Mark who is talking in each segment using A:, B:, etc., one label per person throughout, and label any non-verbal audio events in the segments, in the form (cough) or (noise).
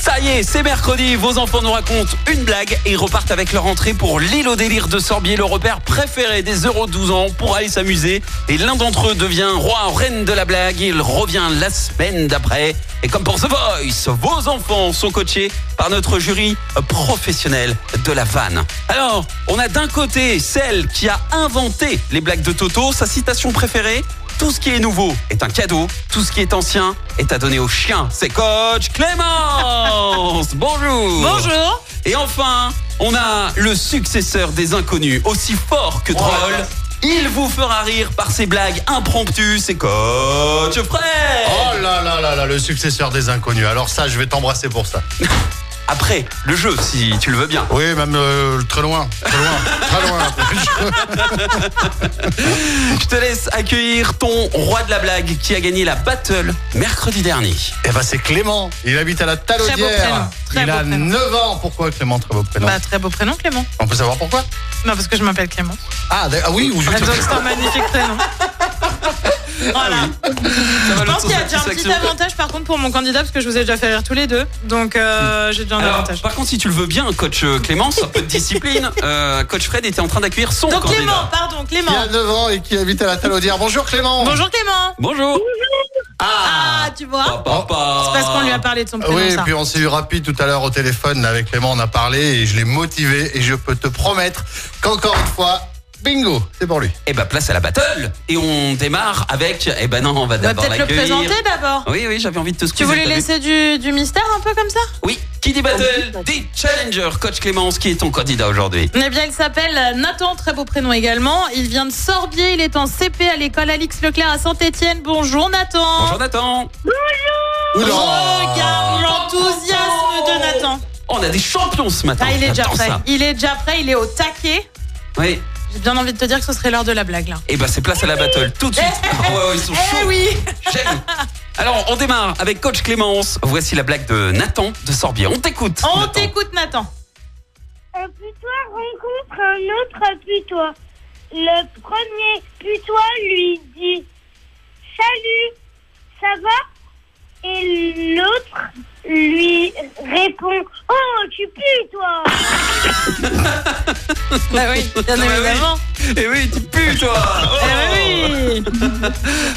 A: Ça y est, c'est mercredi, vos enfants nous racontent une blague et ils repartent avec leur entrée pour l'île au délire de Sorbier, le repère préféré des 0-12 ans pour aller s'amuser. Et l'un d'entre eux devient roi ou reine de la blague, il revient la semaine d'après. Et comme pour The Voice, vos enfants sont coachés par notre jury professionnel de la vanne. Alors, on a d'un côté celle qui a inventé les blagues de Toto, sa citation préférée, tout ce qui est nouveau est un cadeau, tout ce qui est ancien est à donner au chien. C'est coach Clémence (laughs) Bonjour
B: Bonjour
A: Et enfin, on a le successeur des inconnus, aussi fort que drôle. Il vous fera rire par ses blagues impromptues, c'est coach Fred
C: Oh là là là là, le successeur des inconnus. Alors ça, je vais t'embrasser pour ça.
A: Après, le jeu, si tu le veux bien.
C: Oui, même euh, très loin, très loin, très loin.
A: Je te laisse accueillir ton roi de la blague qui a gagné la battle mercredi dernier.
C: (laughs) Eh ben c'est Clément. Il habite à la
B: prénom,
C: Talodière.
B: très
C: Il
B: beau
C: a
B: prénom.
C: 9 ans. Pourquoi Clément Très beau prénom.
B: Bah, très beau prénom, Clément.
C: On peut savoir pourquoi
B: Non, parce que je m'appelle Clément.
C: ah, d'ac- ah oui, ou je
B: Donc, c'est un magnifique prénom. Voilà. Je pense qu'il y a déjà un petit avantage par contre pour mon candidat parce que je vous ai déjà fait rire tous les deux. Donc euh, j'ai déjà un
A: Alors,
B: avantage.
A: par contre, si tu le veux bien, coach euh, Clémence, un peu de
B: (laughs)
A: discipline. euh, coach Fred était en train d'accueillir son
B: Donc
A: candidat.
B: Clément, pardon,
C: qui
B: Clément.
C: a 9 ans et qui habite à la Talodière. Bonjour Clément.
B: Bonjour Clément.
A: Bonjour.
B: Ah, tu
A: Oh,
B: vois
A: Papa.
B: C'est parce qu'on lui a parlé de son prénom,
C: Oui,
B: ça.
C: puis on s'est eu rapide tout à l'heure au téléphone là, avec Clément, on a parlé et je l'ai motivé et je peux te promettre qu'encore une fois, bingo, c'est pour lui.
A: Eh ben, place à la battle. Et on démarre avec. Eh ben non, on va
B: On va
A: d'abord
B: peut-être le
A: l'accueillir.
B: présenter d'abord.
A: Oui, oui, j'avais envie de te
B: Tu
A: squeezer.
B: voulais
A: t'as vu
B: laisser du, du mystère un peu comme ça
A: Oui. Qui dit battle dit challenger. Coach Clémence, qui est ton candidat aujourd'hui
B: Eh bien, il s'appelle Nathan, très beau prénom également. Il vient de Sorbier, il est en CP à l'école Alix Leclerc à Saint-Étienne. Bonjour Nathan.
A: Bonjour Nathan.
B: Regarde l'enthousiasme de Nathan.
A: Oh, on a des champions ce matin.
B: Ah, il est déjà
A: J'adore
B: prêt.
A: ça.
B: Il est déjà prêt, il est au taquet.
A: Oui.
B: J'ai bien envie de te dire que ce serait l'heure de la blague là.
A: Eh ben, c'est place à la battle tout de
B: (laughs)
A: suite. Ah ouais, ouais, ils sont chauds.
B: Eh oui
A: J'aime.
B: (laughs)
A: Alors, on démarre avec coach Clémence. Voici la blague de Nathan de Sorbier. On t'écoute.
B: On
A: Nathan.
B: t'écoute Nathan.
D: Un putois rencontre un autre putois. Le premier putois lui dit Salut, ça va Et l'autre lui répond Oh, tu pues, toi
B: Bah oui, bien
A: oui.
B: évidemment. Oh.
A: Eh oui, tu pues, toi. Oh.
B: Eh oui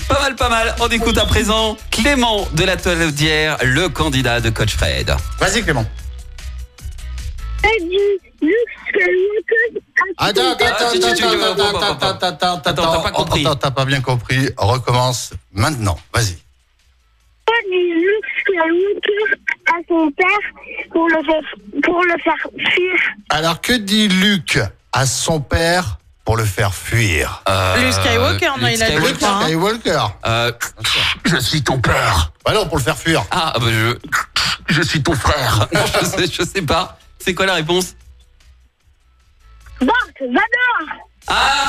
A: Pas mal, pas mal. On écoute à présent Clément de la Tolodière, le candidat de coach Fred.
C: Vas-y Clément. Attends, attends,
A: Ah, tu-
C: attends,
A: tu- tu- tu-
C: attends,
A: bon, bon, bon,
C: attends, attends,
A: Attends, t'as pas
C: attends,
A: compris.
C: attends, t'as pas bien compris. Recommence maintenant. Vas-y.
D: à son père pour le faire, pour le faire fuir.
C: Alors que dit Luc à son père pour le faire fuir
B: Luke Skywalker, non,
A: Euh, Luke
B: il a dit
A: Skywalker.
C: Luke
B: Luke, hein.
C: Skywalker.
A: Euh, je suis ton père.
C: Bah non, pour le faire fuir.
A: Ah, bah, je, (laughs) je suis ton frère. Non, je sais, je sais pas. C'est quoi la réponse
D: Bart, va dehors
B: Ah,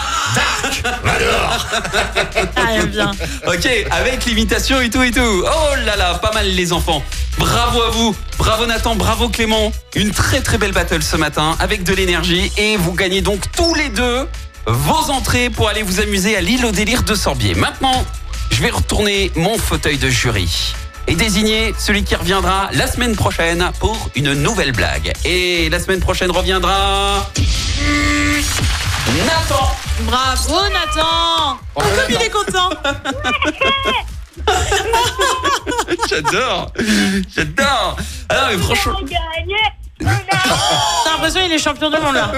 B: il aime bien.
A: Ok, avec l'imitation et tout et tout. Oh là là, pas mal les enfants. Bravo à vous, bravo Nathan, bravo Clément. Une très très belle battle ce matin avec de l'énergie et vous gagnez donc tous les deux vos entrées pour aller vous amuser à l'île au délire de Sorbier. Maintenant, je vais retourner mon fauteuil de jury et désigner celui qui reviendra la semaine prochaine pour une nouvelle blague. Et la semaine prochaine reviendra Nathan.
B: Bravo Nathan Oh, comme il est content
A: (laughs) J'adore, j'adore. Alors mais franchement.
D: On a gagné On a-
B: T'as l'impression qu'il est champion du monde (laughs) là.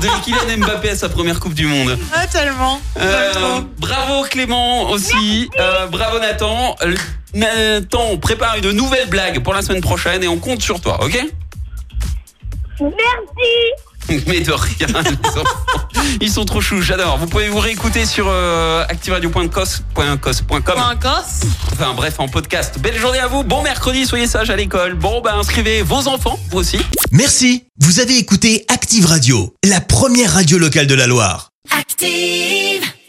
A: de Kylian Mbappé à sa première Coupe du Monde.
B: Ah, tellement.
A: Euh, bravo Clément aussi. Euh, bravo Nathan. Euh, Nathan, on prépare une nouvelle blague pour la semaine prochaine et on compte sur toi, ok (laughs)
D: Merci
A: Mais de rien. Ils sont, ils sont trop choux, j'adore. Vous pouvez vous réécouter sur euh, activeradio.cos.cos.com.
B: Point Corse.
A: Enfin bref, en podcast. Belle journée à vous. Bon mercredi, soyez sages à l'école. Bon, bah inscrivez vos enfants, vous aussi.
E: Merci, vous avez écouté Active Radio, la première radio locale de la Loire.
F: active.